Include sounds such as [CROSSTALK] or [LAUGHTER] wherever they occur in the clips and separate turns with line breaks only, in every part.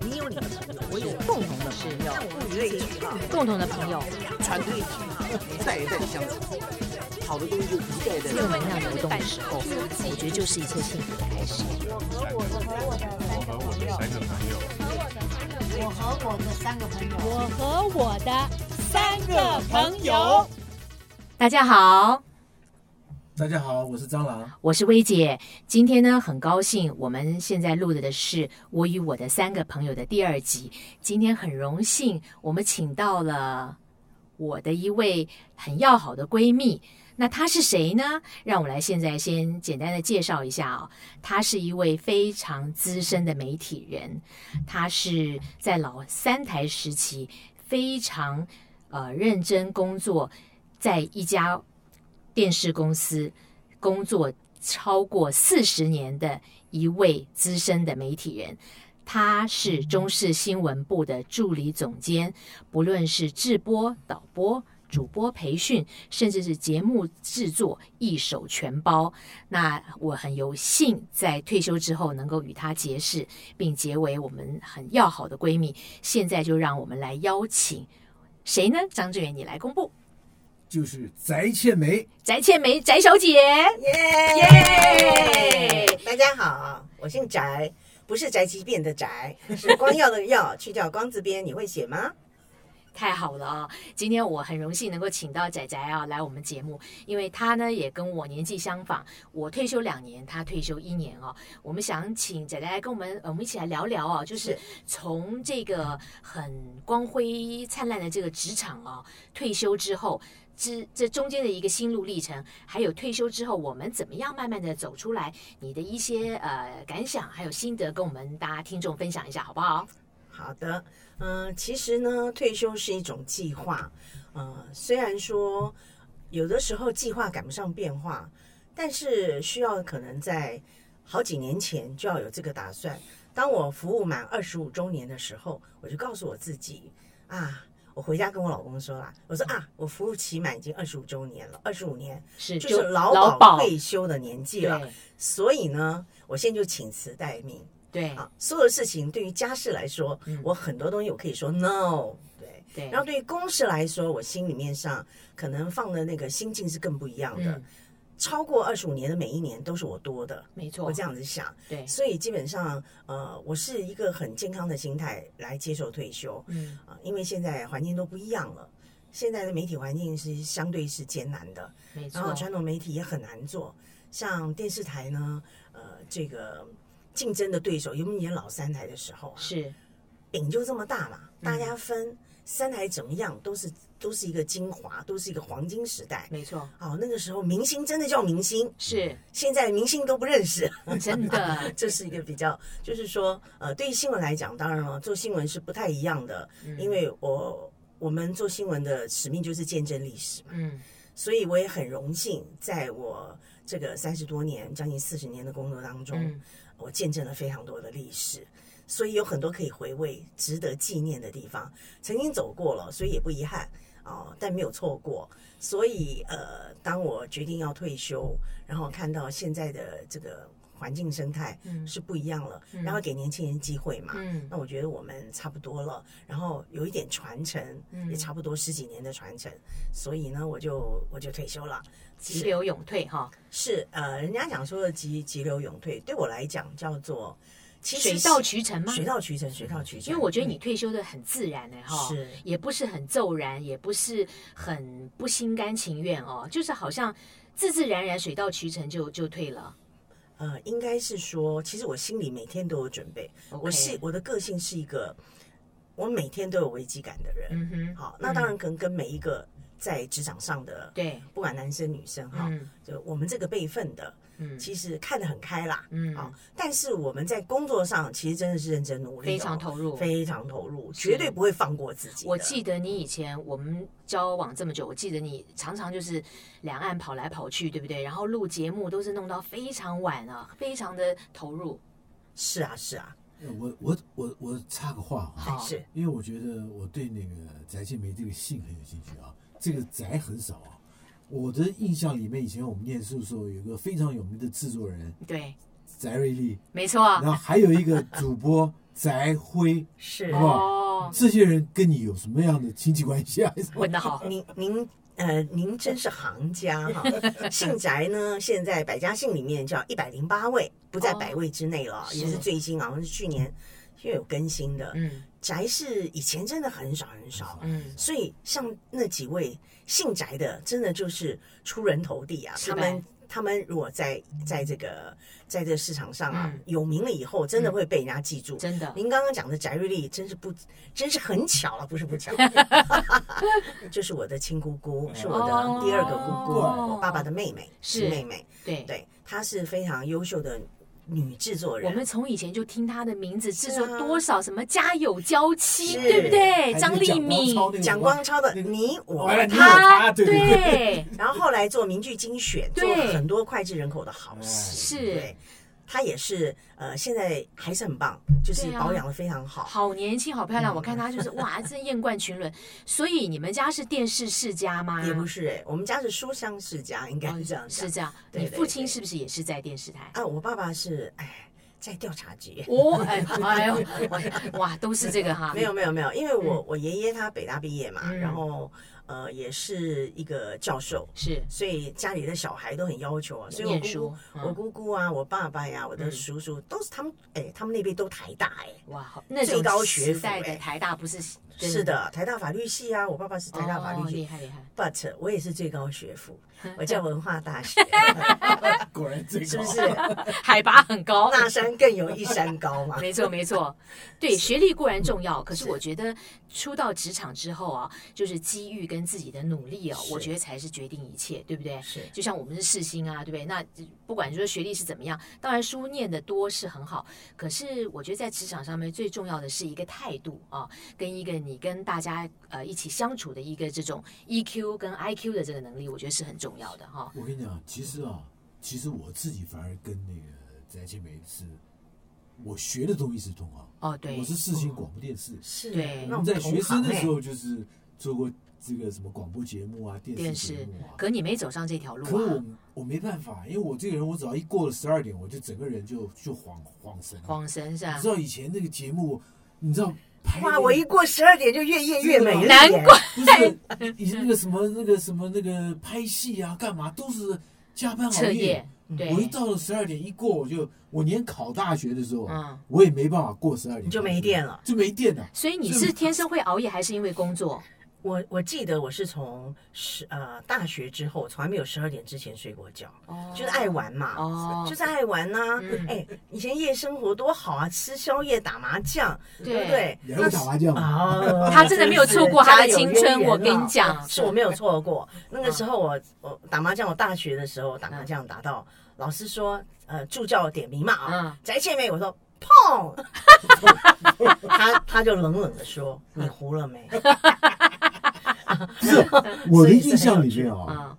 你有你的朋友，我有共同的朋友，物以类聚嘛，共同的朋友，
团队一代一代的相处，好的东西就一代一代地
正能量流动的时候，我觉得就是一切幸福的开始。
我和我的三个朋友。
我和我的三个朋友。
大家好，
大家好，我是蟑螂。
我是薇姐。今天呢，很高兴我们现在录的的是《我与我的三个朋友》的第二集。今天很荣幸，我们请到了我的一位很要好的闺蜜。那她是谁呢？让我来现在先简单的介绍一下哦。她是一位非常资深的媒体人，她是在老三台时期非常呃认真工作，在一家电视公司工作超过四十年的一位资深的媒体人。他是中视新闻部的助理总监，不论是制播、导播、主播培训，甚至是节目制作，一手全包。那我很有幸在退休之后能够与他结识，并结为我们很要好的闺蜜。现在就让我们来邀请谁呢？张志远，你来公布。
就是翟倩梅，
翟倩梅，翟小姐，
耶
耶
大家好，我姓翟，不是宅急便的宅，是光耀的耀，去掉光字边，你会写吗？
太好了啊！今天我很荣幸能够请到仔仔啊来我们节目，因为他呢也跟我年纪相仿，我退休两年，他退休一年哦。我们想请仔仔来跟我们，呃我们一起来聊聊哦，就是
是
从这个很光辉灿烂的这个职场哦，退休之后。之这中间的一个心路历程，还有退休之后我们怎么样慢慢的走出来，你的一些呃感想还有心得，跟我们大家听众分享一下，好不好？
好的，嗯、其实呢，退休是一种计划，呃，虽然说有的时候计划赶不上变化，但是需要可能在好几年前就要有这个打算。当我服务满二十五周年的时候，我就告诉我自己啊，我回家跟我老公说啦，我说啊，我服务期满已经二十五周年了，二十五年
是
就是
劳
劳
保
保退休的年纪了，
对
所以呢，我现在就请辞待命。
对
啊，所有事情对于家事来说，
嗯哎
我很多东西我可以说 no，对。
对，
然后对于公事来说，我心里面上可能放的那个心境是更不一样的。
嗯，
超过二十五年的每一年都是我多的，
没错，
我这样子想。
啊对，
所以基本上，呃，我是一个很健康的心态来接受退休
嗯，
啊、因为现在环境都不一样了。现在的媒体环境是相对是艰难的，
没
然后
错，
传统媒体也很难做，像电视台呢，呃，这个竞争的对手，尤其演老三台的时候啊，
是
饼就这么大嘛，
嗯
大家分、三台怎么样，都是都是一个精华，都是一个黄金时代。
没错，
哦，那个时候明星真的叫明星，
是哦
现在明星都不认识， [LAUGHS]
真的，
这是一个比较，就是说，呃，对于新闻来讲，当然了，做新闻是不太一样的，
嗯
因为我我们做新闻的使命就是见证历史嘛。
嗯，
所以我也很荣幸，在我这个三十多年、将近四十年的工作当中，
嗯
我见证了非常多的历史，所以有很多可以回味、值得纪念的地方。曾经走过了，所以也不遗憾哦，但没有错过。所以呃，当我决定要退休，然后看到现在的这个环境生态
嗯
是不一样了，
嗯
然后给年轻人机会嘛。
嗯
那我觉得我们差不多了，然后有一点传承，
嗯
也差不多十几年的传承，所以呢，我就我就退休了。
急流勇退哈，
是呃，人家讲说的急急流勇退，对我来讲叫做其实
水
是
到渠成吗？
水到渠成，水到渠成。
因为我觉得你退休的很自然呢，哈，
是
也不是很骤然，也不是很不心甘情愿哦，就是好像自自然然水到渠成就就退了。
呃，应该是说，其实我心里每天都有准备。
OK
我是我的个性是一个，我每天都有危机感的人。
嗯哼，
好，那当然可能跟每一个在职场上的，
对，
不管男生女生哈，
嗯
就我们这个辈分的，
嗯
其实看得很开啦。啊、
嗯，
但是我们在工作上其实真的是认真努力、哦
非常投入，
非常投入，
是
绝对不会放过自己的。
我记得你以前我们交往这么久，我记得你常常就是两岸跑来跑去，对不对？然后录节目都是弄到非常晚啊，非常的投入。
是啊，是啊，
呃我我我我插个话
好
啊，
是
因为我觉得我对那个翟倩梅这个姓很有兴趣啊，这个翟很少啊。我的印象里面，以前我们念书的时候，有个非常有名的制作人
对，
翟瑞丽，
没错，
然后还有一个主播翟辉，
是
好不好
哦，
这些人跟你有什么样的亲戚关系啊？
[LAUGHS] 问得好，
您您呃，您真是行家
[LAUGHS]
哈！姓翟呢，现在百家姓里面叫一百零八位，不在
哦
百位之内了，也
是
是最新，好像是去年又有更新的。
嗯
翟是以前真的很少很少，
嗯，
所以像那几位姓翟的，真的就是出人头地啊！
是
他
吧
们他们如果在在这个在这个市场上啊、
嗯
有名了以后，真的会被人家记住。
真的，
您刚刚讲的翟瑞丽真是不，真是很巧啊了，不是
[LAUGHS]
不巧，就是我的亲姑姑，是我
哦
的第二个姑姑，我爸爸的妹妹
是
妹妹，
对。
对，她是非常优秀的女制作人，
我们从以前就听他的名字，制作
是啊
多少什么家有娇妻，
是
对不对？
还
哎张
是
丽
蒋光
敏，
超那个
蒋光超的
那个
你我
完了你
他，
他对对
对，
然后后来做名剧精选，做
对
很多脍炙人口的好戏，
是
对，她也是呃，现在还是很棒，就是
对啊
保养的非常好，
好年轻，好漂亮。我看她就是哇，真艳冠群伦。所以你们家是电视世家吗？
也不是哎、我们家是书香世家，应该
哦
是这样讲
是这样。
对
你
对
父亲
对
是不是也是在电视台？
啊，我爸爸是哎，在调查局。
哦，哎哎呦，哇，都是这个哈，
没有没有没有，因为我、我爷爷他北大毕业嘛，
嗯
然后呃也是一个教授，
是
所以家里的小孩都很要求啊，所以我
念
姑姑
书、，嗯
我姑姑啊、我爸爸呀、我的
嗯
叔叔、都是他们，哎，他们那边都台大哎、
哇，好那
最高
种
学
时
府
代的
哎
台大不是真
是的，台大法律系啊，我爸爸是台大法
哦
律
厉
系、
害厉害，
b u t 我也是最高学
[LAUGHS]
府， [LAUGHS] 我叫文化大学，
啊果然最高
是不是？
哦海拔很高，
那山更有一山高嘛。
没错，没错，对，学历固然重要，可是我觉得出到职场之后啊，就是机遇跟自己的努力哦，
是
我觉得才是决定一切，对不对？
是
就像我 [LAUGHS] 们是世新啊，对不对？那不管说学历是怎么样，当然书念得多是很好，可是我觉得在职场上面最重要的是一个态度啊，跟一个你跟大家呃一起相处的一个这种 EQ 跟 IQ 的这个能力，我觉得是很重要的哈、
[LAUGHS] 我跟你讲，其实啊，其实我自己反而跟那个翟倩梅是，我学的东西是啊同行，
哦，对
我，是视新广播电视，
是
对
我
那
们
们欸
在学生的时候就是做过这个什么广播节目啊、
电
电视节
视
目啊，。
可你没走上这条路
可我
啊，
我没办法，因为我这个人，我只要一过了十二点，我就整个人就就恍恍神了。
晃神是吧
你知？道以前那个节目，你知道拍那
欸哇，
个
我一过十二点就越夜越美丽耶，
难怪
不是以前那个什么那个什么那个拍戏啊，干嘛都是加班熬
彻夜，对，
我一到了十二点一过，我就我连考大学的时候，
嗯
我也没办法过十二点，
你就没电了，
就没电了。
所以你是天生会熬夜，还是因为工作？
我我记得我是从十呃大学之后，从来没有十二点之前睡过觉，
哦
就是爱玩嘛，
哦
就是爱玩呐、
嗯
哎、以前夜生活多好啊，吃宵夜、打麻将，对
对。
不对？
你还会打麻将吗？
哦
他真的没有错过他的青春
家有渊源啊
我跟你讲嗯
是我没有错过。那个时候我我打麻将，我大学的时候打麻将打到老师说，呃，助教点名嘛
嗯
啊，翟倩妹，我说碰， [LAUGHS] 他他就冷冷的说，
嗯
你糊了没？
[LAUGHS]
不是，我的印象里面啊，
嗯，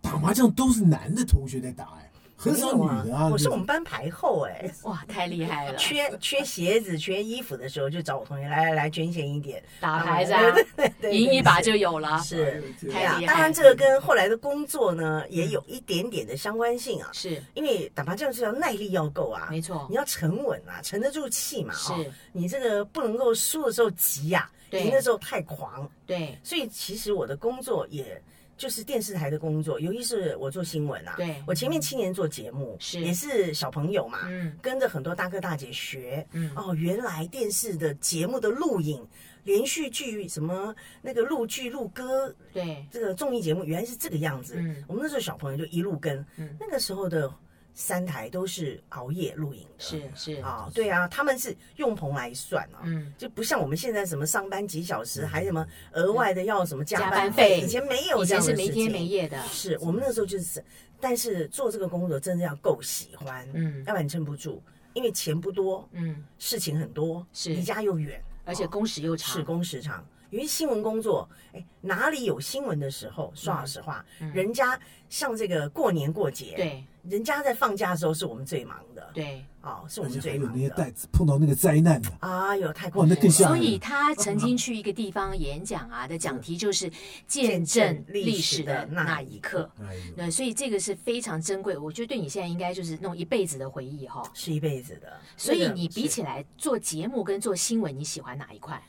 打麻将都是男的同学在打，哎，很少女的啊。
我是
那
我
种
们班排后哎、
[LAUGHS] 哇，太厉害了！
缺缺鞋子、缺衣服的时候，就找我同学来来来捐献一点，
打
啊
牌子啊
对对对对，
赢一把就有了，
是。
太
对
厉
啊
害，了
当然这个跟后来的工作呢也有一点点的相关性啊，
是
因为打麻将是要耐力要够啊，
没错
你，要沉稳啊，沉得住气嘛、哦，
是
你这个不能够输的时候急呀、
对
赢的时候太狂，
对
所以其实我的工作也就是电视台的工作，尤其是我做新闻啊，
对
我前面七年做节目，
是
也是小朋友嘛，
嗯
跟着很多大哥大姐学，
嗯
啊哦，原来电视的节目的录影、连续剧什么那个录剧、录歌，
对，
这个综艺节目原来是这个样子。
嗯
我们那时候小朋友就一路跟，
嗯
那个时候的三台都是熬夜录影的，
是是，
啊、对啊，他们是用棚来算啊、
嗯，
就不像我们现在什么上班几小时，还什么额外的要什么加
加
班
班费
以前没有
以前
这样
是
的事情，
没天没夜的，
是我们那时候就是，但是做这个工作真的要够喜欢，
嗯
要不然你撑不住，因为钱不多，
嗯，
事情很多，
是
离家又远，
而且
哦
工时又
是
长，
工时长，因为新闻工作，哎，哪里有新闻的时候，说
嗯
老实话，人家像这个过年过节，，
对
人家在放假的时候是我们最忙的，
对，
哦，是我
而
们
且还
最
有
忙
那些
的。
带碰到那个灾难的，
啊，有太
哦
过
那
分
更吓
了。
所以他曾经去一个地方演讲啊，的
嗯
讲题就是见证历史的那一刻。
哎呦，
对，所以这个是非常珍贵，我觉得对你现在应该就是弄一辈子的回忆哈、
是一辈子的，
所以你
这个
比
是
起来做节目跟做新闻，你喜欢哪一块？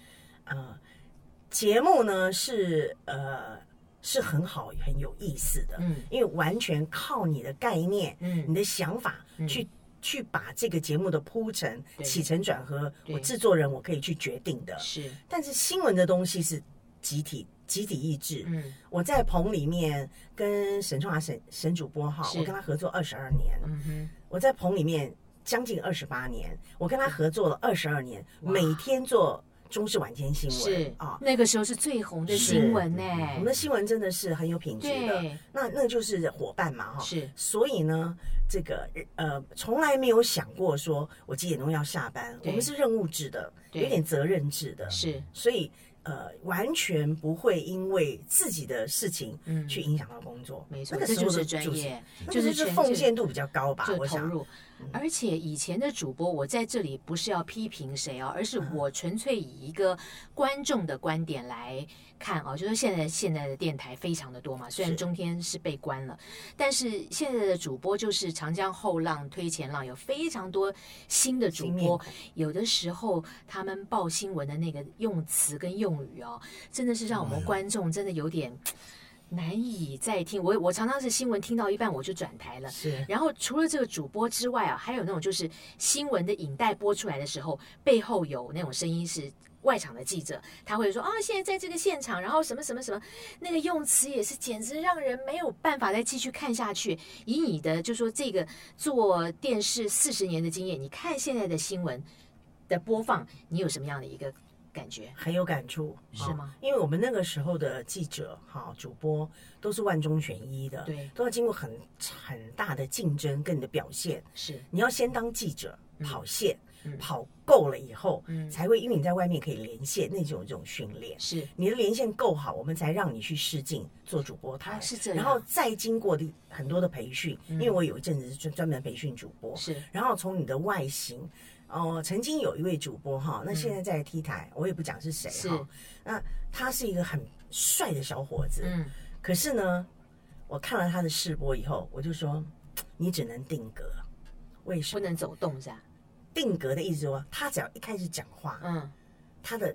呃，节目呢是呃是很好很有意思的，
嗯
因为完全靠你的概念、你
嗯
的想法
嗯
去、去把这个节目的铺陈、
对
起承转合，
对
我制作人我可以去决定的。
是，
但是新闻的东西是集体集体意志。
嗯
我在棚里面跟沈春华沈沈主播哈，
是
我跟他合作二十二年，
嗯哼，
我在棚里面将近二十八年，我跟他合作了二十二年，
哇
每天做中视晚间新闻
是
啊。
那个时候是最红的
是嗯
新闻呢、
我们的新闻真的是很有品质的，啊
对，
那那就是伙伴嘛哈。
是
所以呢，这个呃，从来没有想过说我几点钟要下班，
对
我们是任务制的，
对
有点责任制的，
是，
所以呃，完全不会因为自己的事情
嗯
去影响到工作，
没错，
那个
这
时候
就
的
是专业，
就是是
全
奉献度比较高吧，
就
我
投
想。嗯
入。而且以前的主播，我在这里不是要批评谁哦，而是
嗯
我纯粹以一个观众的观点来看哦，就是现在现在的电台非常的多嘛，虽然
是
中天是被关了，但是现在的主播就是长江后浪推前浪，有非常多新的主
新面
播
孔，
有的时候他们报新闻的那个用词跟用语哦，真的是让我
嗯
们观众真的有点。难以再听，我我常常是新闻听到一半我就转台了，
是
然后除了这个主播之外啊，还有那种就是新闻的影带播出来的时候，背后有那种声音是外场的记者，他会说啊，现在在这个现场，然后什么什么什么，那个用词也是简直让人没有办法再继续看下去。以你的就说这个做电视四十年的经验，你看现在的新闻的播放，你有什么样的一个感觉？
很有感触，
是吗
啊因为我们那个时候的记者哈、主播都是万中选一的，
对
都要经过很很大的竞争跟你的表现。
是
你要先当记者跑线，
嗯
跑够了以后，
嗯
才会因为你在外面可以连线，那种这种训练。
是，
你的连线够好，我们才让你去试镜做主播台，
哦是这样嗯
然后再经过的很多的培训，因为我有一阵子是专专门培训主播，
是
然后从你的外形，哦、曾经有一位主播哈，那现在在 T 台，我也不讲是谁
嗯是
哈，那他是一个很帅的小伙子，
嗯，
可是呢，我看了他的试播以后，我就说，你只能定格，为什
不
么？
能走动是吧？
定格的意思说，他只要一开始讲话，
嗯，
他的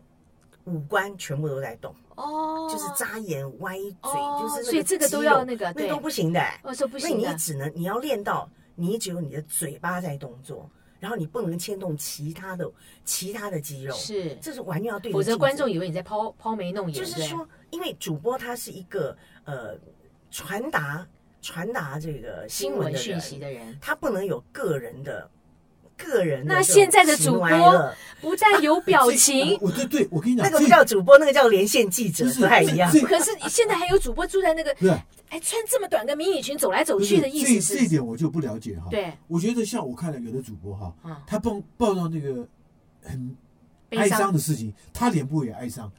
五官全部都在动。
哦，
就是眨眼、歪嘴，
哦
就是那
所以这个都
肌肉
要那个
那
对
都不行的、欸。
我说哦不
那
行
你
的，
只能你要练到，你只有你的嘴巴在动作，然后你不能牵动其他的其他的肌肉，
是
这是完全要对着
否则
镜子
观众以为你在抛抛眉弄眼。
就是
对
说，因为主播他是一个呃传达传达这个
新
新闻
闻
的
讯
人，
息的人，
他不能有个人的个人的
那
这种
现在的
喜
主
怒哀
播
乐
不但有表情，
我我呃对对，我跟你讲，
那个不
这
叫主播，那个叫连线记者，
不是
不太一样。
[LAUGHS] 这这
可是现在还有主播住在那个
不是，
哎穿这么短的迷你裙走来走
不
去
是
的意
这
思
这一
是，
点我就不了解哈。，
对，
我觉得像我看了有的主播哈，
嗯，
他报报道那个很
悲
哀
伤
伤的事情，他脸部也哀伤。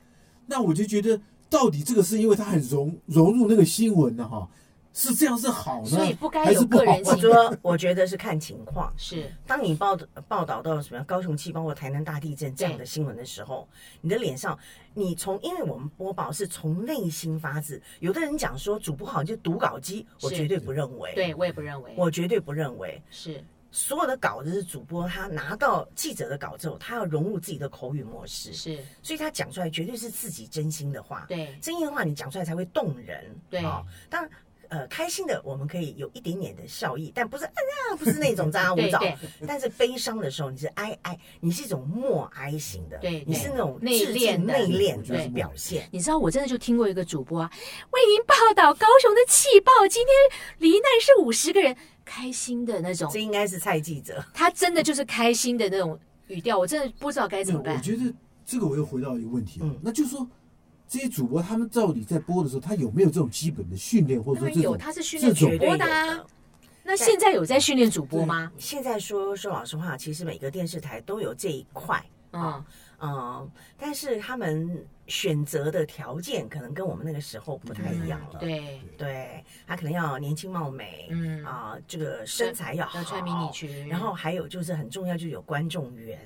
那我就觉得，到底这个是因为他很融融入那个新闻的哈，是这样是好呢，
所以不该
还是
有
不
个人
好
情
我
啊？
说，我觉得是看情况。
是
当你报报道到什么高雄气包括台南大地震这样的新闻的时候，你的脸上，你从因为我们播报是从内心发自，有的人讲说主播好就读稿机，我
是
绝对不认为，
对，我也不认为
我绝对不认为，
是
所有的稿子是主播他拿到记者的稿之后，他要融入自己的口语模式，
是，
所以他讲出来绝对是自己真心的话， [LAUGHS]
对
真心的话你讲出来才会动人，
对
哦当然。呃，开心的我们可以有一点点的笑意，但不是啊， [LAUGHS] 不是那种张牙舞
对
爪
对。
但是悲伤的时候，你是哀哀，你是一种默哀型的，
对
你是那种
内
致
敛
敬
的
内敛
对
的表现。
你知道我真的就听过一个主播、啊、为您报道高雄的气爆，今天罹难是五十个人，开心的那种
这，应该是蔡记者，
他真的就是开心的那种语调，我真的不知道该怎
那
么
我
办。
觉得这个我又回到一个问题啊
嗯，
那就是说这些主播他们到底在播的时候，他有没有这种基本的训练，或者
当
说
然
这
有，
种
他是训练
这种
主
绝对
播
有
的啊
的。
那现在有在训练主播吗？
现在说说老实话，其实每个电视台都有这一块
嗯
嗯，但是他们选择的条件可能跟我们那个时候不太一样了。
嗯对，
对他可能要年轻貌美，
嗯，
啊、这个身材要好，
要穿迷你裙，
然后还有就是很重要，就是有观众缘。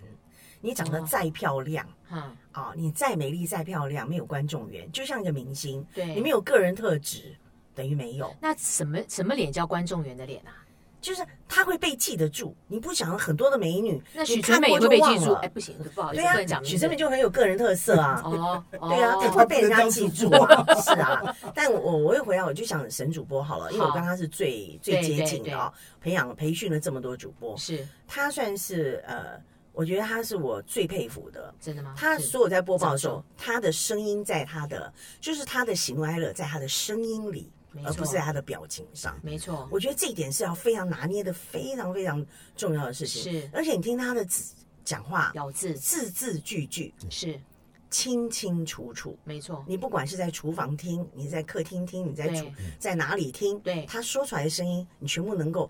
你长得
哦
再漂亮
哈，
啊、你再美丽再漂亮，没有观众缘，就像一个明星，
对，
你没有个人特质，等于没有。
那什么什么脸叫观众缘的脸啊？
就是他会被记得住。你不讲很多的美女，
那
你
许
看
纯美
过
也会
就
被
忘
记住，
了
哎，不行，不好意
对
思，
呀
不能讲，名字
许志美就很有个人特色啊。
哦，哦
对啊，
她
会被人家记住
不能当
[LAUGHS]
啊，是啊。但我我我又回来，我就想沈主播好了，因为我
好
跟他是最
对
最接近的哦，培养培训了这么多主播，
是
他算是呃，我觉得他是我最佩服的。
真的吗？
他
啊是
所有在播报的时
怎么
候，他的声音在他的，就是他的喜怒哀乐在他的声音里
没，错嗯
而不是在他的表情上。
没错，
我觉得这一点是要非常拿捏的，非常非常重要的事情。
是
而且你听他的字讲话，
咬字
字字句句
是
清清楚楚。
没错，
你不管是在厨房听，你在客厅听，你在
对
厨在哪里听，
对
他说出来的声音，你全部能够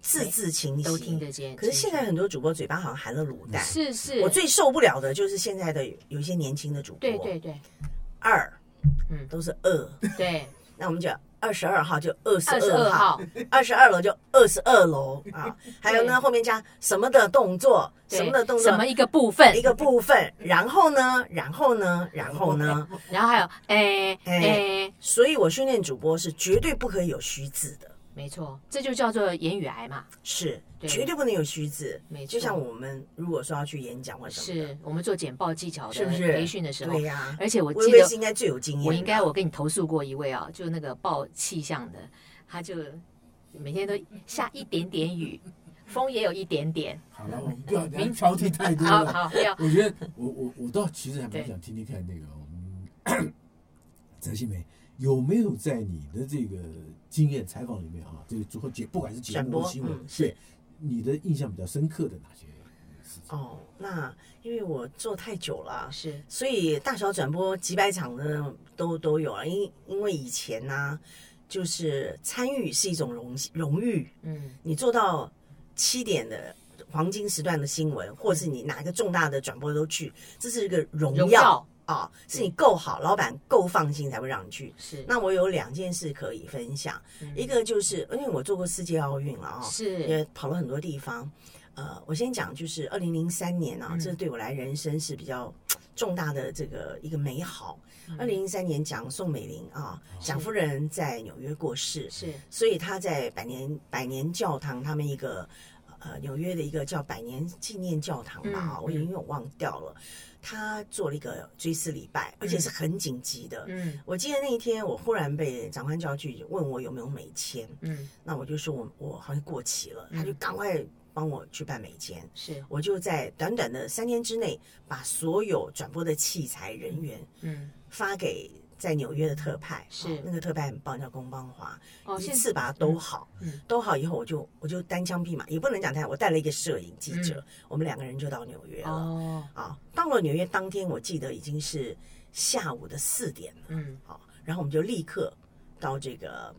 字字清晰，
都听得见。
可是现在
清
很多主播嘴巴好像含了卤蛋。
楚是是，
我最受不了的就是现在的有一些年轻的主播，
对对
[LAUGHS]
对
二，
嗯
都是二。
对，
那我们讲二十二号就二十
二十
二
二
号，
号
二十二楼就二十二楼啊，还有呢，后面加什么的动作，
对
什么的动作，哎
什么一个部分
一，个部分，然后呢，然后呢，然后呢，
然后还有哎
哎
哎，
所以我训练主播是绝对不可以有虚字的，
没错，这就叫做言语癌嘛。
是
对
绝对不能有虚字
没，错
就像我们如果说要去演讲或什么的，
是我们做简报技巧
是
的
不是
培训的时候
对，呀，
而且我
微
记
微
得
是应该最有经验的，
我应该我跟你投诉过一位啊，就那个报气象的，他就每天都下一点点雨，风也有一点
[LAUGHS]
点。
好了，我们不要不要挑剔太多
好
了。
好，不要
我觉得我我我倒其实还蛮
对
想听听看那个我们翟新梅有没有在你的这个经验采访里面啊，这个做节不管是节
转
目
播
或新闻
嗯，
对你的印象比较深刻的哪些事情？
哦，那因为我做太久了，
是
所以大小转播几百场的都都有了，因因为以前呢、就是参与是一种荣荣誉，
嗯
你做到七点的黄金时段的新闻，或是你哪一个重大的转播都去，这是一个荣
荣
耀
耀
啊、是你够好，老板够放心才会让你去。
是
那我有两件事可以分享，
嗯
一个就是因为我做过世界奥运了啊、
是
也跑了很多地方。呃，我先讲就是二零零三年啊，
嗯
这对我来人生是比较重大的这个一个美好。
嗯
二零零三年讲宋美龄啊，
哦
蒋夫人在纽约过世，
是
所以她在百年百年教堂他们一个。呃，纽约的一个叫百年纪念教堂吧，啊、
嗯
我已
嗯
经有忘掉了。他做了一个追思礼拜，而且是很紧急的。
嗯
我记得那一天，我忽然被长官叫去问我有没有美签，
嗯
那我就说我我好像过期了，
嗯
他就赶快帮我去办美签。
是
我就在短短的三天之内，把所有转播的器材、人员
嗯
发给在纽约的特派，
是
哦那个特派很棒，叫龚邦华，
哦
一
现
次把它兜好，
嗯
兜好以后，我就我就单枪匹马，也不能讲太，我带了一个摄影记者，我们两个人就到纽约了。啊、
嗯哦
到了纽约当天，我记得已经是下午的四点了。
嗯
好，然后我们就立刻到这个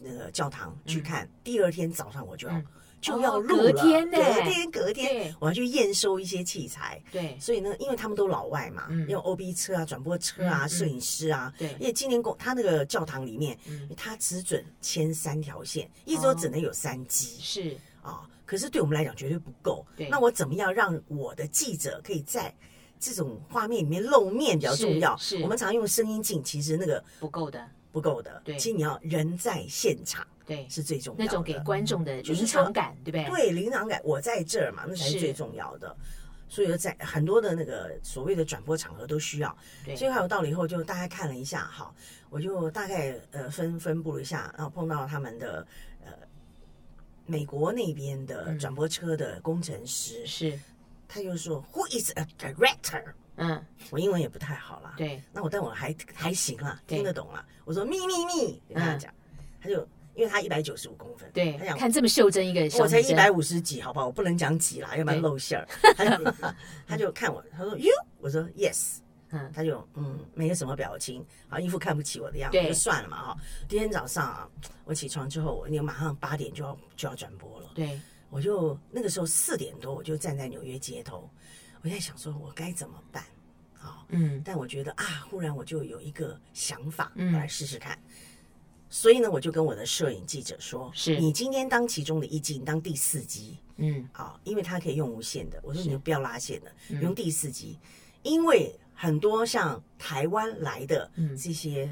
那个教堂去看。第二天早上我就要、
嗯
就要
哦
录
隔
了，
天呢
隔天隔天
对
我要去验收一些器材。
对
所以呢，因为他们都老外嘛，
嗯
因为 O B 车啊、转播车
嗯
啊、
嗯
摄影师啊，
对
因为今年公他那个教堂里面，
嗯
他只准签三条线，一周
哦
只能有三机
是
啊、可是对我们来讲绝对不够。
对
那我怎么样让我的记者可以在这种画面里面露面比较重要？
是是
我们常用声音进，其实那个
不够的
不够的。
对
其实你要人在现场
对
是最重要的。
那种给观众的
就是
临
说
场感，对不对？
对临场感，我在这儿嘛，那才是
是
最重要的。所以就在很多的那个所谓的转播场合都需要。
对
所以还有到了以后，就大概看了一下，好，我就大概呃分分布了一下，然后碰到他们的呃美国那边的
嗯
转播车的工程师，
是
他就说 Who is a director？
嗯
我英文也不太好啦，
对
那我但我还还行啦，
对嗯
听得懂啦。啊我说秘密密，就跟他讲，他就因为他一百九十五公分，
对
他讲，
看这么袖珍一个小
我才
女
一
生，
百五十几，好不好？我不能讲几啦，要不然
对
露馅儿。他就他就看我，他说 you，我说 yes，
嗯
他就嗯没有什么表情，好一副看不起我的样子，
对
就算了嘛哈。第二天早上啊，我起床之后，我就马上八点就要就要转播了，
对
我就那个时候四点多我就站在纽约街头，我在想说我该怎么办。好，
嗯
但我觉得啊，忽然我就有一个想法，
嗯
我来试试看。所以呢，我就跟我的摄影记者说：“
是
你今天当其中的一机，你当第四机
嗯
啊、因为它可以用无线的。”我说：“
是嗯
你不要拉线的，你用第四机，因为很多像台湾来的
嗯
这些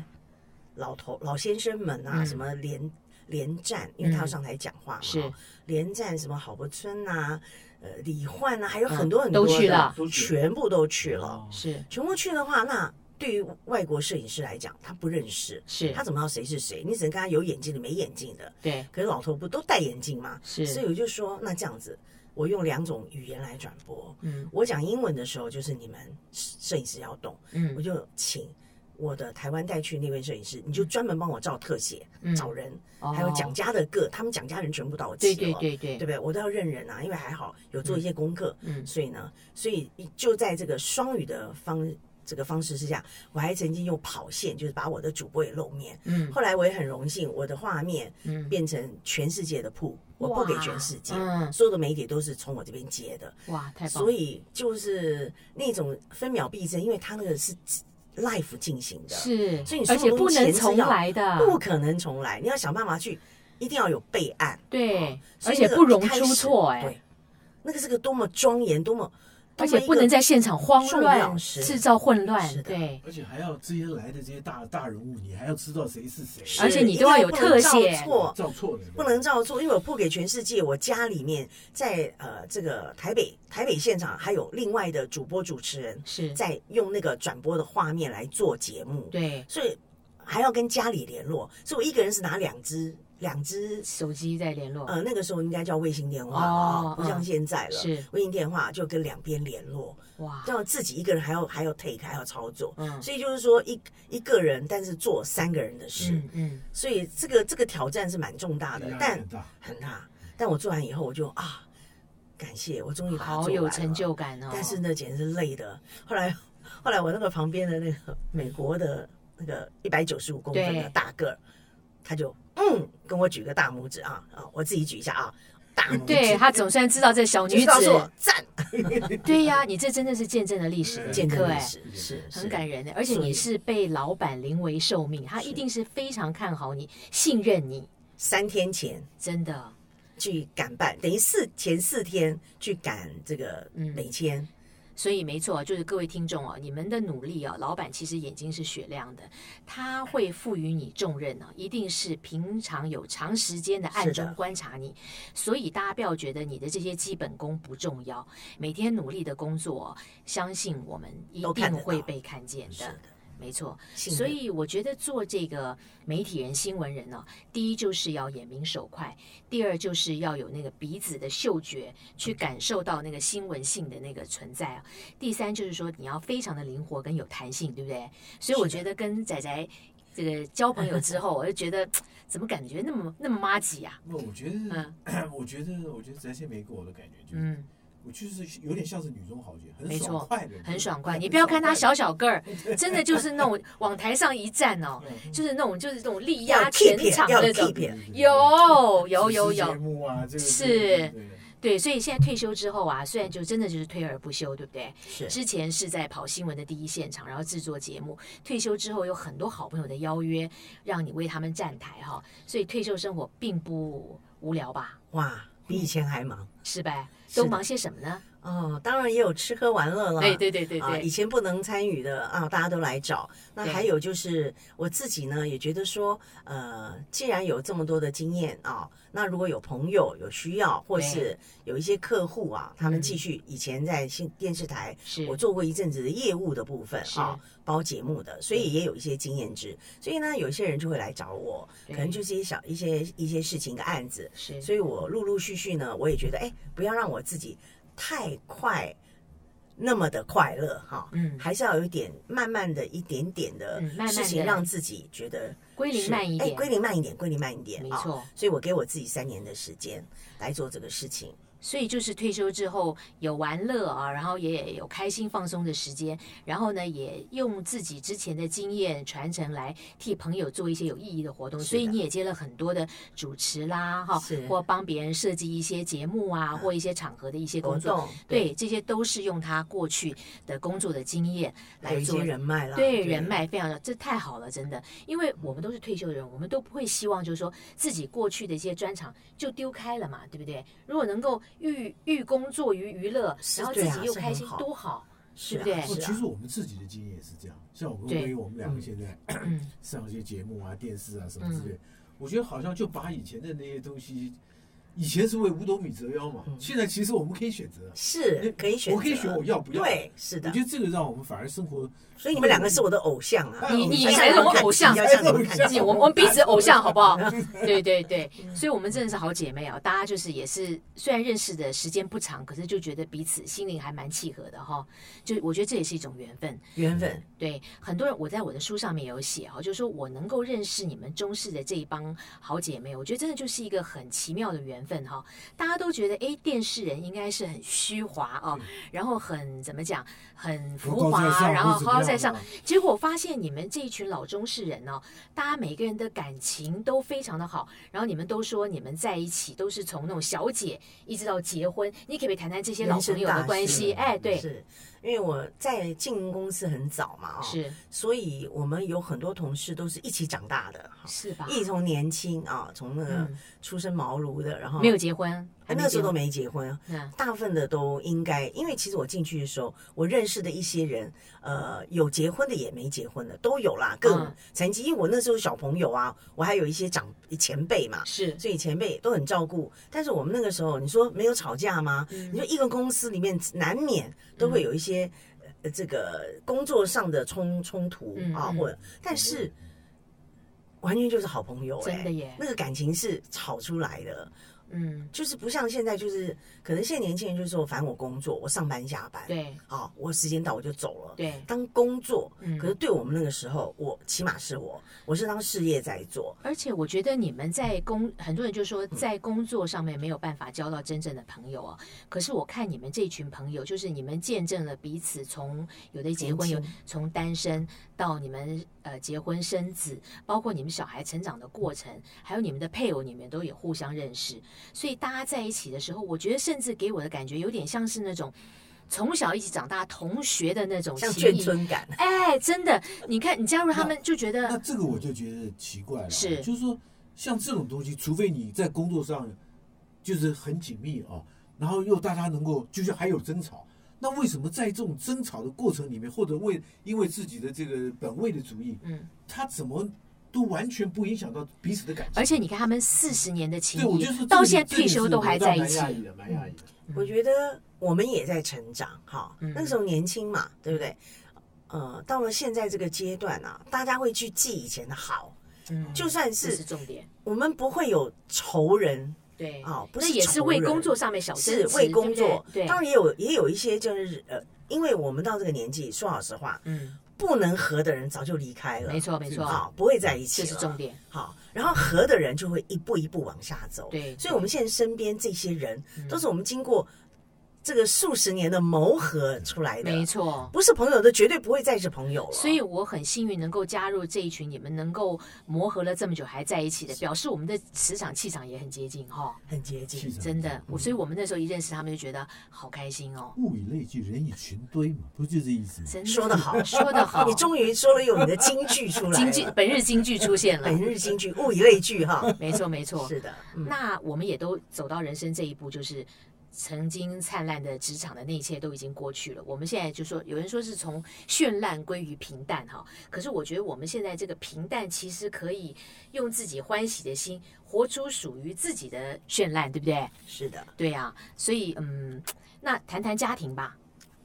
老头、老先生们啊，
嗯
什么连连战，因为他要上台讲话嘛，
是
哦连战什么郝柏村啊，呃李焕啊，还有
嗯
很多很多
都
的
去了
都去
全部都去了。
嗯
是
全部去的话，那对于外国摄影师来讲，他不认识，
是
他怎么知道谁是谁？你只能跟他有眼镜的、没眼镜的。
对
可是老头不都戴眼镜吗？
是
所以我就说，那这样子，我用两种语言来转播。
嗯
我讲英文的时候，就是你们摄影师要懂，我
嗯
就请我的台湾带去那位摄影师，你就专门帮我照特写，
嗯
找人，
哦
还有蒋家的个，他们蒋家人全部到我齐
对
了，
对对
对不
对
对？我都要认人啊，因为还好有做一些功课，
嗯
所以呢，所以就在这个双语的方这个方式之下，我还曾经用跑线，就是把我的主播也露面。
嗯
后来我也很荣幸，我的画面
嗯
变成全世界的铺，我
哇
布给全世界，
嗯
所有的媒体都是从我这边接的，
哇太棒了
所以就是那种分秒必争，因为它那个是 life 进行的，
是啊
所以你
而
所
且
有
不
东西
能
前是
重
要
来的
不可能重来，你要想办法去，一定要有备案。
对
哦，
而
所以
且
那个
不容
一开
出
始
错哎
对，那个是个多么庄严，多么，
而
多
且
么一
不
个
能在现场慌
重
乱
要是
制造混乱
是的
对
而且还要这些来的这些大大人物，你还要知道谁是谁，
而且你
一
都要
定
有
不
特
能照
写
错
照错了
不能照做，因为我播给全世界，我家里面在呃这个台北台北现场还有另外的主播主持人
是
在用那个转播的画面来做节目，
对
所以还要跟家里联络，所以我一个人是拿两只两只
手机在联络
呃那个时候应该叫卫星电话了啊、
哦
不像
嗯
现在了，
是
卫星电话就跟两边联络，
哇
要自己一个人还要还要 take 还要操作，
嗯
所以就是说一一个人但是做三个人的事，
嗯嗯
所以这个这个挑战是蛮重大
压
的
力，
但
很大，
很大。但我做完以后，我就啊，感谢我终于把它做
好
完
有
了
成就感哦
但是那简直是累的。后来后来我那个旁边的那个美国的那个一百九十五公分
对
的大个儿，他就嗯跟我举个大拇指啊啊，我自己举一下啊，大拇指。
对她总算知道这小
就
女
是告诉我
子
赞，
对呀你这真的是见证了历史的一
见
刻
证历
哎
史是是
很感人的，而且
所
你
以
是被老板临危受命，他一定是非常看好你、信任你，
三天前
真的。
去赶办，等于四前四天去赶这个
嗯
美签，
所以没错，就是各位听众哦，你们的努力哦，老板其实眼睛是雪亮的，他会赋予你重任哦，一定是平常有长时间的暗
是的
中观察你，所以大家不要觉得你的这些基本功不重要，每天努力的工作哦、相信我们一
都看
定
得到
会被看见
是
的
的，
没错。
信任
所以我觉得做这个媒体人、新闻人呢、哦第一就是要眼明手快，第二就是要有那个鼻子的嗅觉，去感受到那个新闻性的那个存在啊。第三就是说你要非常的灵活跟有弹性，对不对？所以我
是的
觉得跟仔仔这个交朋友之后，我就觉得怎么感觉那么那么妈吉啊？
那我觉得， [CLEARS THROAT] 我觉得，我觉得翟谢梅给我的感觉就是，
嗯，
我就是有点像是女中豪杰，很
没错
爽快的，
很爽快。你不要看他小小个儿，真的就是那种往台上一站哦，
嗯
就是那种就是那种力
要
压全
keep it，
场
要
那种
keep。it
有有有
主持
有
节，目啊，这个
是
对对对
对，所以现在退休之后啊，虽然就真的就是退而不休，对不对？
是
之前是在跑新闻的第一现场，然后制作节目。退休之后有很多好朋友的邀约，让你为他们站台哈，所以退休生活并不无聊吧？
哇，比以前还忙。
是呗？
是
都
的
忙些什么呢？
哦，当然也有吃喝玩乐了。
哎，对对对
啊，以
对，
前不能参与的啊，大家都来找。那
对
还有就是我自己呢，也觉得说，呃，既然有这么多的经验啊，那如果有朋友有需要，或是有一些客户啊，他
嗯
们继续以前在新电视台，
是
我做过一阵子的业务的部分
是
啊，包节目的，所以也有一些经验值。所以呢，有些人就会来找我，
对
可能就是一些小一些一些事情的案子，
是
所以我陆陆续续呢，我也觉得，哎，不要让我自己太快那么的快乐哈，
嗯
还是要有一点慢慢的一点点的
嗯慢慢地
事情，让自己觉得
归零
是
慢一
哎
点，
归零慢一点，归零慢一点，
没
啊
错
所以我给我自己三年的时间来做这个事情，
所以就是退休之后有玩乐啊，然后也有开心放松的时间，然后呢，也用自己之前的经验传承来替朋友做一些有意义的活动。
是的
所以你也接了很多的主持啦，哈
是，
或帮别人设计一些节目啊，或一些场合的一些
活
工作。
动，
对，这些都是用他过去的工作的经验
还有
来
一
做
些人脉啦，
对人脉非常的，这太好了，真的，因为我们都是退休的人，我们都不会希望就是说自己过去的一些专长就丢开了嘛，对不对？如果能够寓寓工作于娱乐，
是
然后
对
自
啊
己又
是
开
很
心，
好
多
[CLEARS THROAT]
好！
是啊
对不
哦，
对
是
其
啊
实我们自己的经验也是这样，像我跟
对
薇，我们两个
嗯
现在 [CLEARS THROAT]
嗯
上一些节目啊、电视啊什么之类，我觉得好像就把以前的那些东西，以前是为五斗米折腰嘛，
嗯
现在其实我们可以选择，
是可以选择，
我可以选我要不要。
对，是
我
的
觉。得这个让我们反而生活，
所以你们两个是我的偶像啊！
你你
哎
才是我偶像
比较像你们看
哎
起
是
来
我们我们彼此偶
[LAUGHS]
像，好不好？
嗯
对对对，所以我们真的是好姐妹啊！大家就是也是，虽然认识的时间不长，可是就觉得彼此心灵还蛮契合的哈。就我觉得这也是一种缘分。
缘分，
对，很多人我在我的书上面有写哦哈，就是说我能够认识你们中式的这一帮好姐妹，我觉得真的就是一个很奇妙的缘分哈。大家都觉得，哎，电视人应该是很虚华哦，然后很怎么讲，很浮
高
华
在
啊，
上
然后高高在上。。
或者怎么样啊
结果发现你们这一群老中式人哦，大家每个人的感情都非常的好，然后你们都说你们在一起都是从那种小姐一直到结婚，你可不可以谈谈这些老
人生
朋友的
大
关
事
系？
啊
哎，对，
是因为我在进公司很早嘛，哦，
是
所以我们有很多同事都是一起长大的，哈
是吧？
嗯
一起从年轻啊，从那个
嗯
出生毛乳的，然后
没有，结婚，还
啊哎那个时
结
候都
婚
没结婚，
那
大部分的都应该，因为其实我进去的时候，我认识的一些人，呃，有结婚的也没结婚的都有啦，更
嗯
曾经，因为我那时候小朋友啊，我还有一些长前辈嘛，
是
所以前辈都很照顾。但是我们那个时候，你说没有吵架吗？
嗯
你说一个公司里面难免都会有一些、呃这个工作上的冲冲突
嗯
啊，
嗯
或者但是完全就是好朋友、欸，
真的耶
那个感情是吵出来的，
嗯，
就是不像现在，就是可能现在年轻人就是说，反正我工作，我上班下班，，
对
啊，我时间到我就走了，。
对，
当工作，
嗯
可是对我们那个时候，我起码是我，我是当事业在做，
而且我觉得你们在工，很多人就说在工作上面没有办法交到真正的朋友哦。可是我看你们这群朋友，就是你们见证了彼此从有的结婚，
年
有
轻
从单身到你们呃结婚生子，包括你们小孩成长的过程，还有你们的配偶，你们都有互相认识。所以大家在一起的时候，我觉得甚至给我的感觉有点像是那种从小一起长大同学的那种
像
情
眷
谊。
村感。
哎，真的，你看你加入他们就觉
那
得，
这个我就觉得奇怪了，
嗯
啊
是
就是说像这种东西，除非你在工作上就是很紧密啊，然后又大家能够就是还有争吵。那为什么在这种争吵的过程里面，或者为因为自己的这个本位的主义，
嗯，
他怎么都完全不影响到彼此的感情？
而且你看他们四十年的情
对，我
谊
就是这，个
到现在
这个
退休
是
都
我
还
倒
在一
蛮
起嗯
讶，异的，蛮讶异的。
我觉得我们也在成长，哈，
嗯
那时候年轻嘛，对不对？呃，到了现在这个阶段啊，大家会去记以前的好，
嗯，
就算
这是
是
重点，
我们不会有仇人，
对
哦不
那
是
也是
仇
为
人
工作上面小争
是
执
为
对
工
不对
作，
对，
当然也有也有一些就是呃，因为我们到这个年纪，说老实话，
嗯，
不能合的人早就离开了，
没，错没错
好，，不会在一起
这
了，
是重点，
好，然后合的人就会一步一步往下走。
对
所以我们现在身边这些人
嗯
都是我们经过这个数十年的磨合出来的，
嗯没错。
不是朋友的绝对不会再是朋友了。
所以我很幸运能够加入这一群你们能够磨合了这么久还在一起的，表示我们的磁场气场也很接近哈、
很接
气
近，
场
真的。我所以我们那时候一认识他们就觉得好开心哦，
物以类聚，人以群堆嘛，不就这意思吗？
真的
说得好，
说得好，
[LAUGHS] 你终于说了有你的金句出来
京
了，
剧本日京剧出现了
[LAUGHS] 本，日金句，物以类
[LAUGHS]
聚哈。
没错没错。
是的，嗯
那我们也都走到人生这一步，就是曾经灿烂的职场的那一切都已经过去了。我们现在就说，有人说是从绚烂归于平淡哈，可是我觉得我们现在这个平淡，其实可以用自己欢喜的心，活出属于自己的绚烂，对不对？
是的，
对呀、所以嗯，那谈谈家庭吧。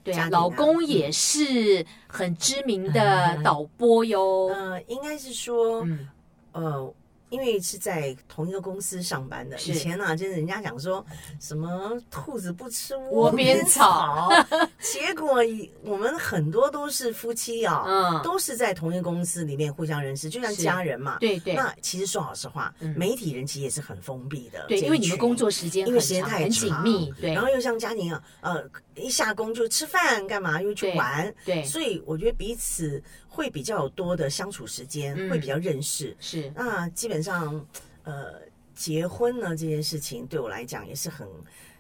对
家
啊，
庭啊
老公也是很知名的
嗯 [LAUGHS]
导播哟。
呃，应该是说，
嗯，
呃，因为是在同一个公司上班的，
是
以前啊，就是人家讲说什么兔子不吃
窝
窝
边
边
草
草， [LAUGHS] 结果以我们很多都是夫妻啊，
嗯
都是在同一个公司里面互相认识，就像
是
家人嘛。
对对嗯
那其实说老实话，媒体人其实也是很封闭的这
对，
一群，
因为你们工作时间
因
很
为时间
长，
太
很紧
长
密，对
然后又像家庭啊，呃，一下工就吃饭干嘛，又去
对
玩，
对，
所以我觉得彼此会比较有多的相处时间，
嗯
会比较认识。
是
那基本上，呃，结婚呢这件事情对我来讲也是很，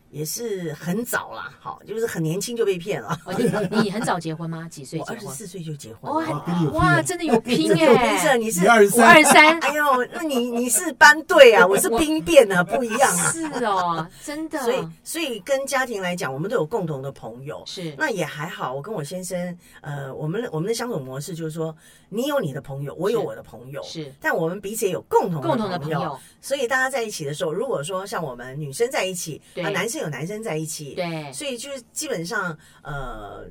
也是很早啦，好，就是很年轻就被骗了。
哦，你你很早结婚吗？几岁
我
结
二十
婚？
四岁就结婚
哦，
了，
还比你有
还
拼
哇，
啊
真的有拼
[LAUGHS] 有拼色
哎！
你
你
是。
二十
我二
三，
三，
哎呦，那你你是班队啊，我是兵变啊，不一样啊。
是哦，真的，
所以，所以跟家庭来讲，我们都有共同的朋友，
是
那也还好。我跟我先生，呃，我们我们的相处模式就是说，你有你的朋友，我有
是
我的朋友，
是
但我们彼此也有共同
共同的朋
友。
友，
所以大家在一起的时候，如果说像我们女生在一起，
对
啊，男生有男生在一起，，
对，
所以就是基本上呃，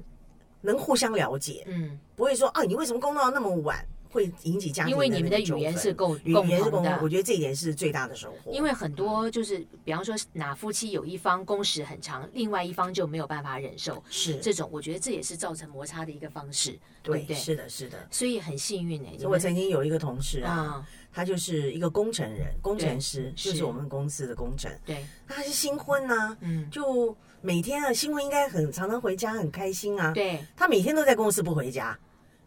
能互相了解，
嗯，
不会说啊，你为什么工作到那么晚，会引起家庭
因为你们的
那个
语言
纠纷
是共
语
共
言是
同
同，我
的。
觉得这一点是最大的收获。
因为很多就是，比方说哪夫妻有一方工时很长，另外一方就没有办法忍受
是
这种，我觉得这也是造成摩擦的一个方式，对
对
不，对？
是的，是的。
所以很幸运哎，你
我
们
曾经有一个同事啊，
啊，
他就是一个工程人、工程师，
是
就是我们公司的工程。
对，
那他是新婚呐、
嗯，
就每天啊，新婚应该很常常回家，很开心啊。
对
他每天都在公司不回家，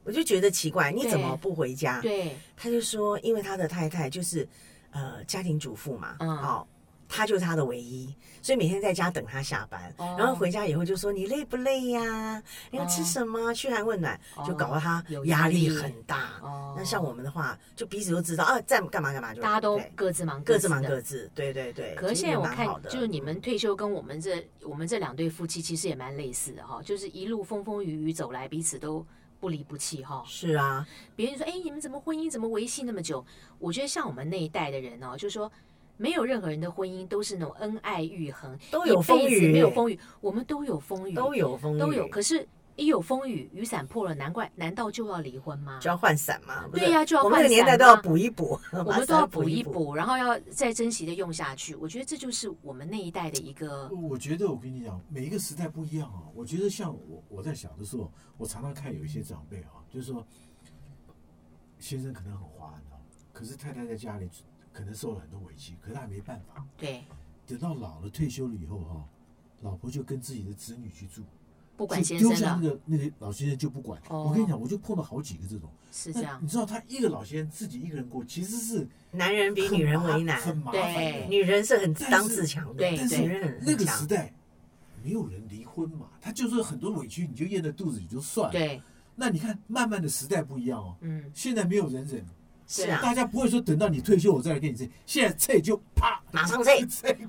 我就觉得奇怪，你怎么不回家？
对，
他就说，因为他的太太就是呃家庭主妇嘛，
嗯
哦，他就是他的唯一，所以每天在家等他下班，
哦
然后回家以后就说你累不累呀、你要吃什么？嘘寒问暖，就搞得他
哦有压
压力
力
很大。
哦
啊那像我们的话，就彼此都知道啊，在干嘛干嘛就
大家都
对
各自忙
各自忙
的
各自，对对对。
可是
其实
现在我
蛮
看
好，的
就是你们退休跟我们这我们这两对夫妻其实也蛮类似的哈、就是一路风风雨雨走来，彼此都不离不弃哈、
是啊，
别人说，哎，你们怎么婚姻怎么维系那么久？我觉得像我们那一代的人哦，就说没有任何人的婚姻都是那种恩爱愈合，
都有
一辈
风
子
雨
没有风雨，我们都有风雨，
都有风雨，
嗯都有。可是，一有风雨，雨伞破了，难怪难道就要离婚吗？
就要换伞嘛，不是
对呀就要
我们那个
换伞
年代都要
嘛
补
[LAUGHS]
一补，
我
把
们都要
伞
补一
补。
补，然后要再珍惜的用下去。我觉得这就是我们那一代的一个，
嗯
我觉得我跟你讲，每一个时代不一样啊。我觉得像我我在小的时候，我常常看有一些长辈啊，就是说，先生可能很华的，可是太太在家里可能受了很多委屈，可是他没办法。
对，
等到老了退休了以后哈、老婆就跟自己的子女去住，
不
不
管先
丢
生
下
了
那。个那个老先生就不管。
哦
我跟你讲，我就碰到好几个这种。
是这样
嗯
你，知道他一个老先生自己一个人过，其实是
男人比
很
女人
麻
为难，
很麻
对
烦的。
女人是很自
但
当
是
自强的，
对
但
对
是
女人很
那个时
强。
代没有人离婚嘛，他就是很多委屈你就咽在肚子里就算了。，
对，
那你看慢慢的时代不一样哦，
[LAUGHS]
嗯，
现在没有人忍，
是啊，
大家不会说等到你退休我再来跟你这，现在这就啪，
马上
[LAUGHS]
这，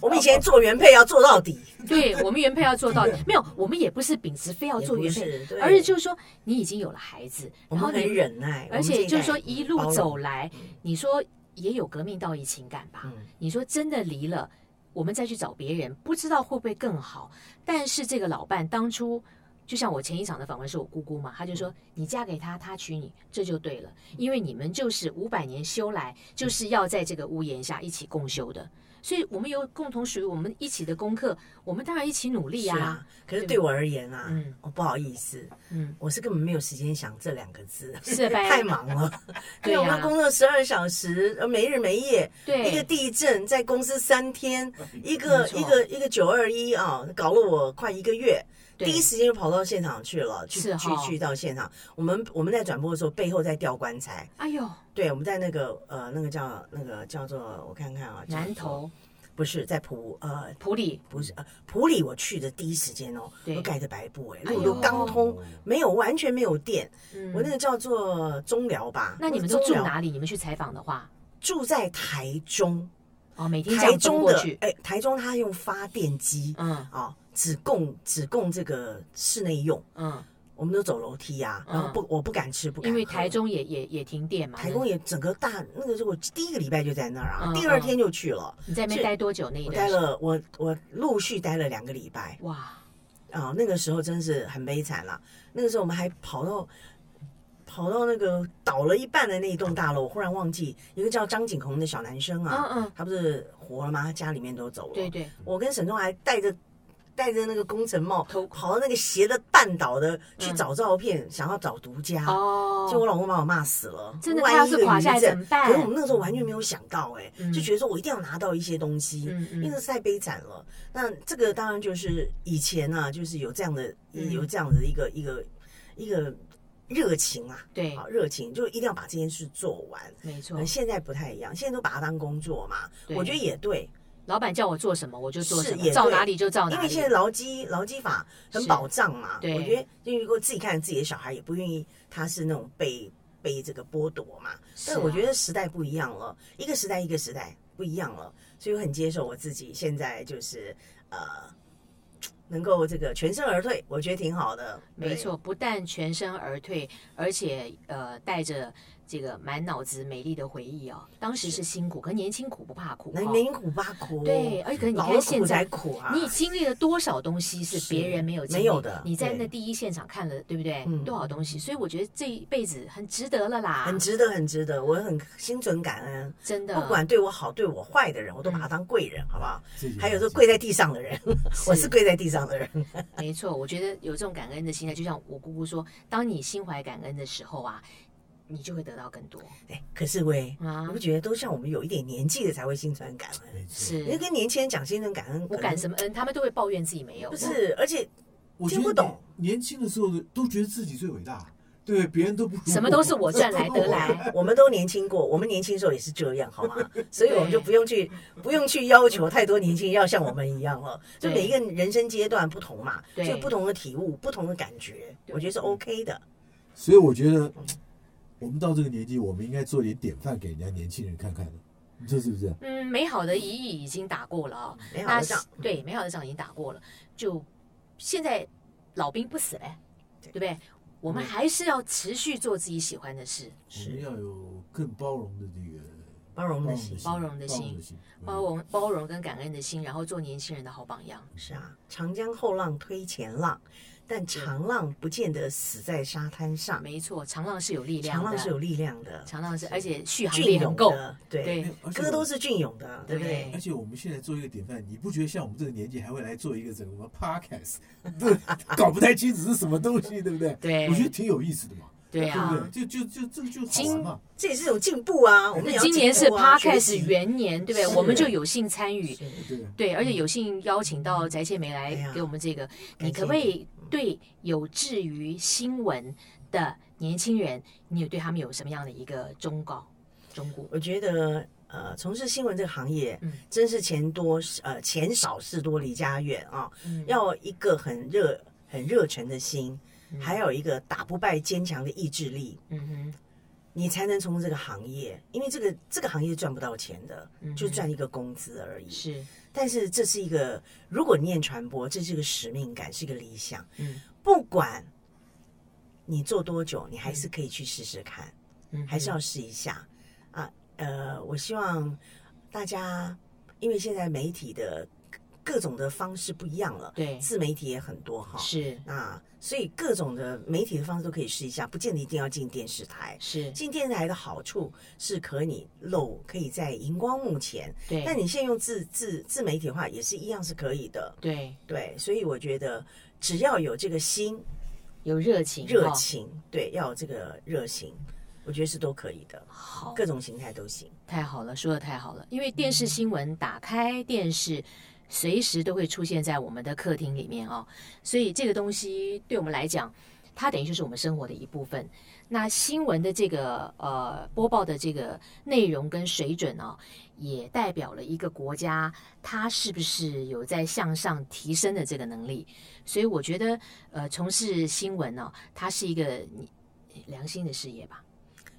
我们以前做原配要做到底，
对我们原配要做到，没有，我们也不是秉持非要做原
也
配
不是，对
而是就是说你已经有了孩子，
我
然
们
后
很
你，
忍耐，
而且就是说一路走
了，
来，你说也有革命道义情感吧？
嗯
你说真的离了，我们再去找别人，不知道会不会更好。但是这个老伴当初。就像我前一场的访问是我姑姑嘛，她就
嗯
说你嫁给他，他娶你，这就对了，因为你们就是五百年修来，就是要在这个屋檐下一起共修的，所以我们有共同属于我们一起的功课，我们当然一起努力
是
啊
啊。。可是对我而言啊
嗯，
我不好意思，
嗯，
[LAUGHS] 我是根本没有时间想这两个字，
是呗
太忙了。
对
因为我
呀
们工作十二小时，呃没日没夜，
对
一个地震在公司三天，一
没
个
错
一个一个九二一啊，搞了我快一个月。
对
第一时间就跑到现场去了，去
是
去
哈
去到现场。我们我们在转播的时候，背后在吊棺材。
哎呦，
对，我们在那个呃那个叫那个叫做我看看啊，叫
南
做 [LAUGHS]
投
不是在普呃
普里，
不是呃普里，我去的第一时间哦，
对
我盖着白布哎、
哎呦
路都刚通
哦，
没有完全没有电。
嗯
我那个叫做中寮吧，
那你们
或
都
者
住
中寮？
哪里？你们去采访的话，
住在台中，
哦，每天这
台
样奔
中
过
的
去，
哎、台中它用发电机啊、
嗯
哦只供只供这个室内用，
嗯，
我们都走楼梯呀、
嗯
然后不我不敢吃，不敢
因
喝
为台。中也也也停电嘛，
台中也整个大那个，我第一个礼拜就在那儿
嗯
啊，第二
嗯
天就去了。
你在那边
是
待多久那一
我
段
待
时间？
了，我我陆续待了两个礼拜
哇，
啊、那个时候真是很悲惨了。那个时候我们还跑到跑到那个倒了一半的那一栋大楼，我忽然忘记一个叫张景宏的小男生
嗯
啊，
嗯，
他不是活了吗？他家里面都走了。
对对，
我跟沈仲还戴着戴着那个工程帽
头，
跑到那个斜的半岛的去
嗯
找照片，想要找独家。
哦，
结果我老公把我骂死了，
真的
万
他要
一
是
一个
垮
余
下来
震
怎么办
可是我们那时候完全没有想到、哎、
嗯
就觉得说我一定要拿到一些东西，
嗯
因为
嗯
这太悲惨了。那这个当然就是以前啊，就是有这样的、
嗯
有这样的一个一个一个热情啊，
对
啊，热情就一定要把这件事做完。
没错
可能，现在不太一样，现在都把它当工作嘛，
对
我觉得也对，
老板叫我做什么我就做
是
什么，
也
照
对
哪里就照
因
哪
为
里
现。在劳基劳基法很
是
保障嘛，
对
我觉得因为如果自己看自己的小孩，也不愿意他是那种被被这个剥夺嘛。
是
但我
啊
觉得时代不一样了，一个时代一个时代不一样了，所以我很接受我自己现在就是呃，能够这个全身而退，我觉得挺好的。
没
对，
错，不但全身而退，而且呃带着这个满脑子美丽的回忆哦。当时是辛苦，可年轻苦不怕苦、
能
哦。
能苦吧苦，
对，，而且可是你
老
看
了
现
苦
在。
才苦啊，
你经历了多少东西是
是
别人没有经历
没有的
你在那
对
第一现场看了，对不对？
嗯
多少东西，所以我觉得这一辈子很值得了啦，
很值得，很值得，我很心存感恩。
真的。
不管对我好对我坏的人，我都把他
啊嗯
当贵人，好不好？
这也
还有
这
这跪在地上的人，我是跪在地上的人。 [LAUGHS]
没错，我觉得有这种感恩的心态，就像我姑姑说，当你心怀感恩的时候啊，你就会得到更多
哎，可是喂，
啊
你不。觉得都像我们有一点年纪的才会心存感恩？
没错
是
你，跟年轻人讲心存感恩，
我
可
感
能
什么恩，嗯他们都会抱怨自己没有。
不是？而且
我
听
觉
不
得
懂
年年轻的时候的都觉得自己最伟大，对别人都不如
什么都是我赚来得来。
[LAUGHS] 我们都年轻过，我们年轻时候也是这样，好吗？所以我们
[LAUGHS]
就
对
不用去不用去要求太多年轻人要像我们一样了。就
对
每一个人生阶段不同嘛，就
对
有不同的体悟、不同的感觉，
对
我觉得是 OK 的。
所以我觉得，我们到这个年纪，我们应该做点典范给人家年轻人看看的，你说是不是？
嗯，美好的一役已经打过了啊、
哎美好
那
的仗
是对美好的仗已经打过了，就现在老兵不死嘞，对
对
不对？我们
嗯
还是要持续做自己喜欢的事，
我们
是
要有更包容的这个
包容的心，
包容
容
的
的
心
心，嗯
嗯
包。容、包容跟感恩的心，然后做年轻人的好榜样。
是啊，长江后浪推前浪，但长浪不见得死在沙滩上，
没错，长浪是有力量
长
的，
浪是有力量的，
长浪是，而且续航力
隽
很
永
够。
的，对，
对，
哎而且
歌
我
都是隽永的，对不对？
而且我们现在做一个典范，你不觉得像我们这个年纪还会来做一个什么 podcast，对，搞不太清楚是什么东西，对不对？
对
我觉得挺有意思的嘛，
对啊，
对不对？就就就这个就好玩嘛。
这也是一种进步啊。我们
那
也要
今年是
进步啊
Podcast 元年，对不对？
是
我们就有幸参与，
学习
对啊，
对，而且有幸邀请到翟倩梅来
嗯哎呀
给我们这个，
感
你可不可以对有志于新闻的年轻人，你有对他们有什么样的一个忠告、忠告？
我觉得呃，从事新闻这个行业，
嗯
真是钱多呃钱少事多离家远啊，
嗯
要一个很热很热忱的心，
嗯
还有一个打不败坚强的意志力。
嗯哼，
你才能从事这个行业，因为这个这个行业赚不到钱的，
嗯
就赚一个工资而已。
是，
但是这是一个，如果念传播，这是一个使命感，是一个理想。
嗯
不管你做多久，你还是可以去试试看，
嗯，
还是要试一下啊。呃，我希望大家，因为现在媒体的各种的方式不一样了，
对
自媒体也很多哈。
是
啊，所以各种的媒体的方式都可以试一下，不见得一定要进电视台。
是，
进电视台的好处是可以露，可以在荧光幕前。
对，
但你现在用自自自媒体的话，也是一样是可以的。
对
对，所以我觉得只要有这个心、
有热情，
热
哦，
情，对，要有这个热情，我觉得是都可以的，
好，
各种形态都行。
太好了，说的太好了。因为电视新闻打开电视，随时都会出现在我们的客厅里面哦，所以这个东西对我们来讲，它等于就是我们生活的一部分。那新闻的这个呃播报的这个内容跟水准哦，也代表了一个国家它是不是有在向上提升的这个能力。所以我觉得，呃，从事新闻呢、哦，它是一个你良心的事业吧。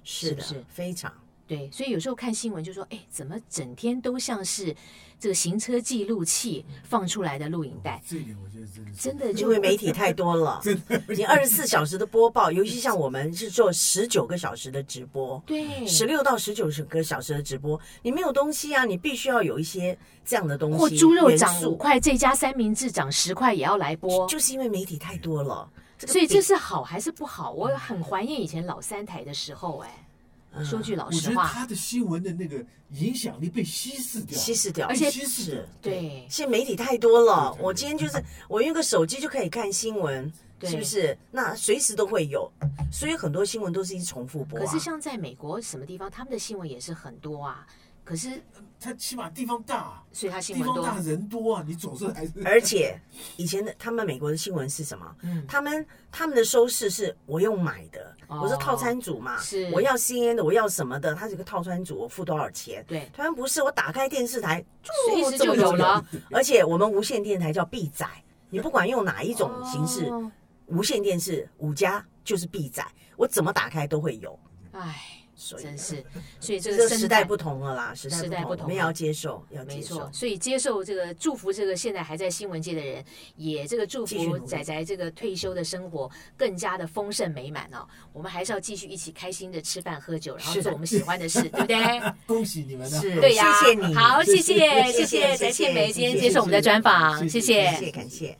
是的，
是不是
非常
对，所以有时候看新闻就说，哎，怎么整天都像是这个行车记录器放出来的录影带，
哦这一点我觉得真的是
真的
嗯因
就
为媒体太
[LAUGHS]
多了，你二十四小时的播报，尤其像我们是做十九个小时的直播。
对，
十六到十九个小时的直播，你没有东西啊，你必须要有一些这样的东西，
或猪肉
元
涨五
素
块，这家三明治涨十块也要来播，
就是因为媒体太多了，这个
所以这
比嗯
是好还是不好？我很怀念以前老三台的时候、哎，说句老
我觉
实
得
话，
他的新闻的那个影响力被稀释掉，
稀释掉，
而且
稀释
是
掉，
对
现在媒体太多了
对，对对
我今天就是我用个手机就可以看新闻，
对
是不是？那随时都会有，所以很多新闻都是一直重复播、啊。
可是像在美国什么地方，他们的新闻也是很多啊。可是，
他起码地方大，
所以他新
地
闻
方
多，
大人多啊，你总是还是
而且以前的他们美国的新闻是什么？
嗯，
他们他们的收视是我用买的，
哦
我是套餐组嘛，
是
我要 CNN 的，我要什么的，它是一个套餐组，我付多少钱？
对，
台湾不是，我打开电视台，
随时
这么
就有了
而且我们无线电台叫必载，你不管用哪一
一
种形式，
哦
无线电视五家就是必载，我怎么打开都会有。
哎，
所以
真
[LAUGHS]
是，所以这
这
个
个
生
时代不同了啦，时
时代
代
不
不
同
同，我们
了
要接受，要接
没
受
错，。所以接受这个祝福，这个现在还在新闻界的人，也这个祝
继续
福
努力
仔仔这个退休的生活更加的丰盛美满哦。我们还是要继续一起开心的吃饭喝酒，然后
是的
做我们喜欢
[LAUGHS]
的事，对不对？
恭喜你们呢、啊
是
对呀，
谢谢你
好，谢谢，
谢谢
谢谢
谢谢
翟倩梅今天
谢谢
接受我们的专访，谢
谢谢
谢
感谢，感谢。